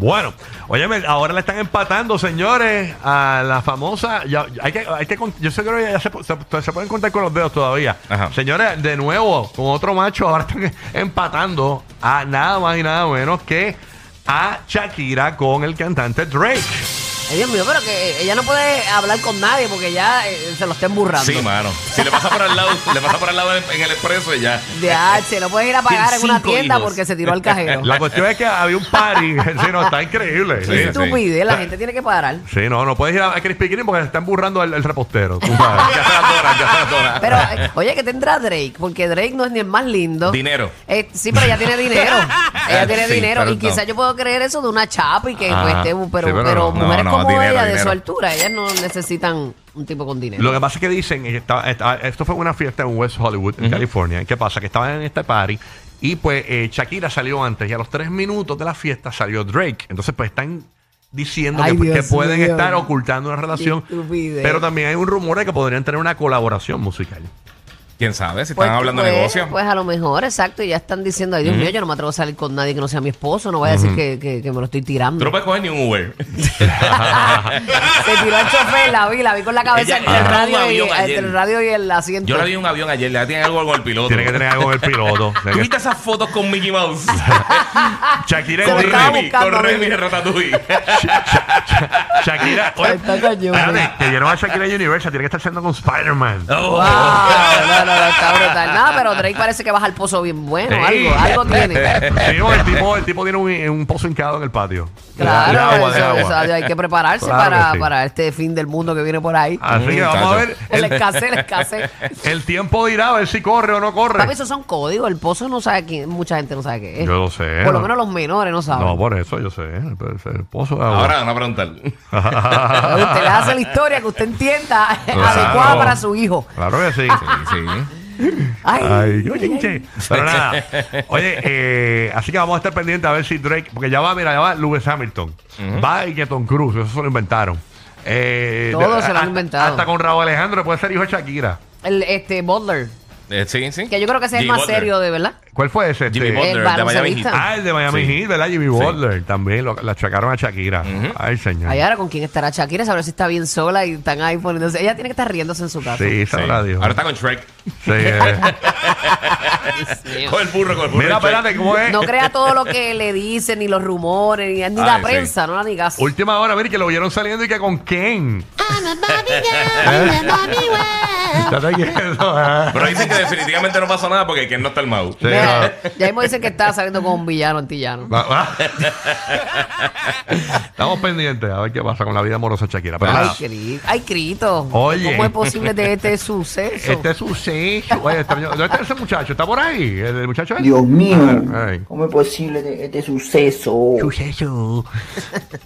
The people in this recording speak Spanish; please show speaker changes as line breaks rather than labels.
Bueno, óyeme, ahora le están empatando, señores, a la famosa. ya- hay que, hay que con- yo sé que ya se, se- se pueden contar con los dedos todavía.
Ajá.
Señores, de nuevo, con otro macho, ahora están empatando a nada más y nada menos que a Shakira con el cantante Drake.
Ay, Dios mío, pero que ella no puede hablar con nadie porque ya eh, se lo está emburrando.
Sí, mano. Si le pasa por al lado, le pasa por al lado en el expreso y ya.
Ya, che, no puedes ir a pagar en
Eh, Tiene
una
cinco
tienda
hijos.
porque se tiró al cajero.
La cuestión es que había un party. sí, no, está increíble. Sí,
Sí.
Qué Estupidez, la gente tiene que parar.
Sí, no, no puedes ir a Crispy Kreme porque se están burrando al al repostero. tú sabes.
Ya se la dona, ya se la dona.
Pero, eh, oye, que tendrá Drake, porque Drake no es ni el más lindo.
Dinero.
Eh, sí, pero ella tiene dinero. ella tiene
Sí,
dinero.
pero
Y quizás
no. Ah,
yo puedo creer eso de una chapa y que
Ajá.
pues, esté-
Sí,
pero,
pero
pero,
no.
No,
mujeres
no,
como
dinero,
ella de su
dinero.
altura, ellas no necesitan un tipo con dinero.
Lo que pasa es que dicen, eh, estaba- estaba- esto fue una fiesta en West Hollywood, en California. ¿Qué pasa? Que estaban en este party y pues eh, Shakira salió antes y a los tres minutos de la fiesta salió Drake. Entonces pues están diciendo
Ay,
que, que
Dios
pueden
mío.
estar ocultando una relación.
estupidez.
Pero también hay un rumor de que podrían tener una colaboración musical.
¿Quién sabe? Si
Pues,
están hablando
pues,
de negocios.
Pues a lo mejor, exacto. Y ya están diciendo, ay Dios mío, yo no me atrevo a salir con nadie que no sea mi esposo. No vaya a decir que, que- que me lo estoy
Tú
tirando.
no puedes coger ni un Uber.
Se tiró el chofer, la vi, la vi con la cabeza
Ella-
entre, el
Ajá.
radio
Un
y,
avión ayer.
entre el radio y el asiento.
Yo la vi en un avión ayer, le tiene algo con el piloto.
Tiene que tener algo del piloto. Tiene que-
¿Tuviste esas fotos con Mickey Mouse?
Shakira
Se
y
lo
con
Drake.
estaba
Remy,
buscando,
con Remy
Remy.
de Ratatouille.
Shakira.
Ay, está cañón.
espérate, que dieron a Shakira y Universal. Tiene que estar siendo con Spider-Man.
Oh.
Wow, no, no, no, está brutal. Nada, pero Drake parece que baja al pozo bien bueno,
Sí.
algo, algo tiene.
Sí, no, el, tipo, el tipo tiene un, un pozo hincado en el patio. De
Claro,
agua, de
eso,
agua.
eso hay que prepararse
Claro
para,
que sí. Ah.
para este fin del mundo que viene por ahí.
Así que
Mm,
vamos a
chacho.
ver.
O la
El,
escasez, la escasez.
el tiempo dirá a ver si corre o no corre.
Papi, esos son códigos. El pozo no sabe quién, mucha gente no sabe qué es.
Yo lo sé.
Por
¿no?
lo menos los menores no saben.
No, por eso yo sé. El, el- el pozo de agua.
Ahora van a preguntar.
Pero Usted le hace la historia que usted entienda adecuada
Claro.
para su hijo.
Claro que sí.
Sí, sí.
Ay,
Ay, oye, che. Pero nada. Oye, eh, así que vamos a estar pendientes a ver si Drake. Porque ya va, mira, ya va Lewis Hamilton. Va y que Tom Cruise. Eso se lo inventaron. Eh,
Todo
de-
se lo han
a-
inventado.
Hasta con Raúl Alejandro puede ser hijo de Shakira.
el, este Butler,
Eh, sí, sí.
que yo creo que ese es el
Jimmy
más
Butler.
serio de verdad.
¿Cuál fue ese?
Jimmy
Este,
Butler, de
El
Miami Heat.
baloncelista.
Ah, el de Miami
Sí.
Heat, ¿verdad? Jimmy
Sí.
Butler también. Lo, la achacaron a Shakira. Ay, señor.
Ay, ahora con quién estará Shakira, sabrá si está bien sola y están ahí poniéndose. Ella tiene que estar riéndose en su casa.
Sí,
Sí.
sabrá Dios.
Ahora está con Shrek.
Sí, eh.
Con el burro, con el burro.
Mira,
de Shrek.
espérate, ¿cómo es?
No crea todo lo que le dicen, ni los rumores, ni, ni la
Ay, sí.
prensa, no la digas.
Última hora, mira, que lo vieron saliendo y que con quién.
I'm a Barbie girl in a Barbie world.
Ya te quiero, ah.
Pero dicen que definitivamente no pasó nada porque quien no está el mouse.
Sí,
Mira, ya mismo dicen que está saliendo con un villano antillano.
Va- va. Estamos pendientes a ver qué pasa con la vida amorosa de Shakira. Pero
Ay,
nada,
Cristo. Ay, Cristo.
Oye.
¿Cómo es posible de este suceso?
este es su sexo. Oye, extraño- ¿dónde está ese muchacho? ¿Está por ahí? ¿El el muchacho? este? ese?
Dios mío,
Ay.
¿cómo es posible este, este suceso?
Suceso.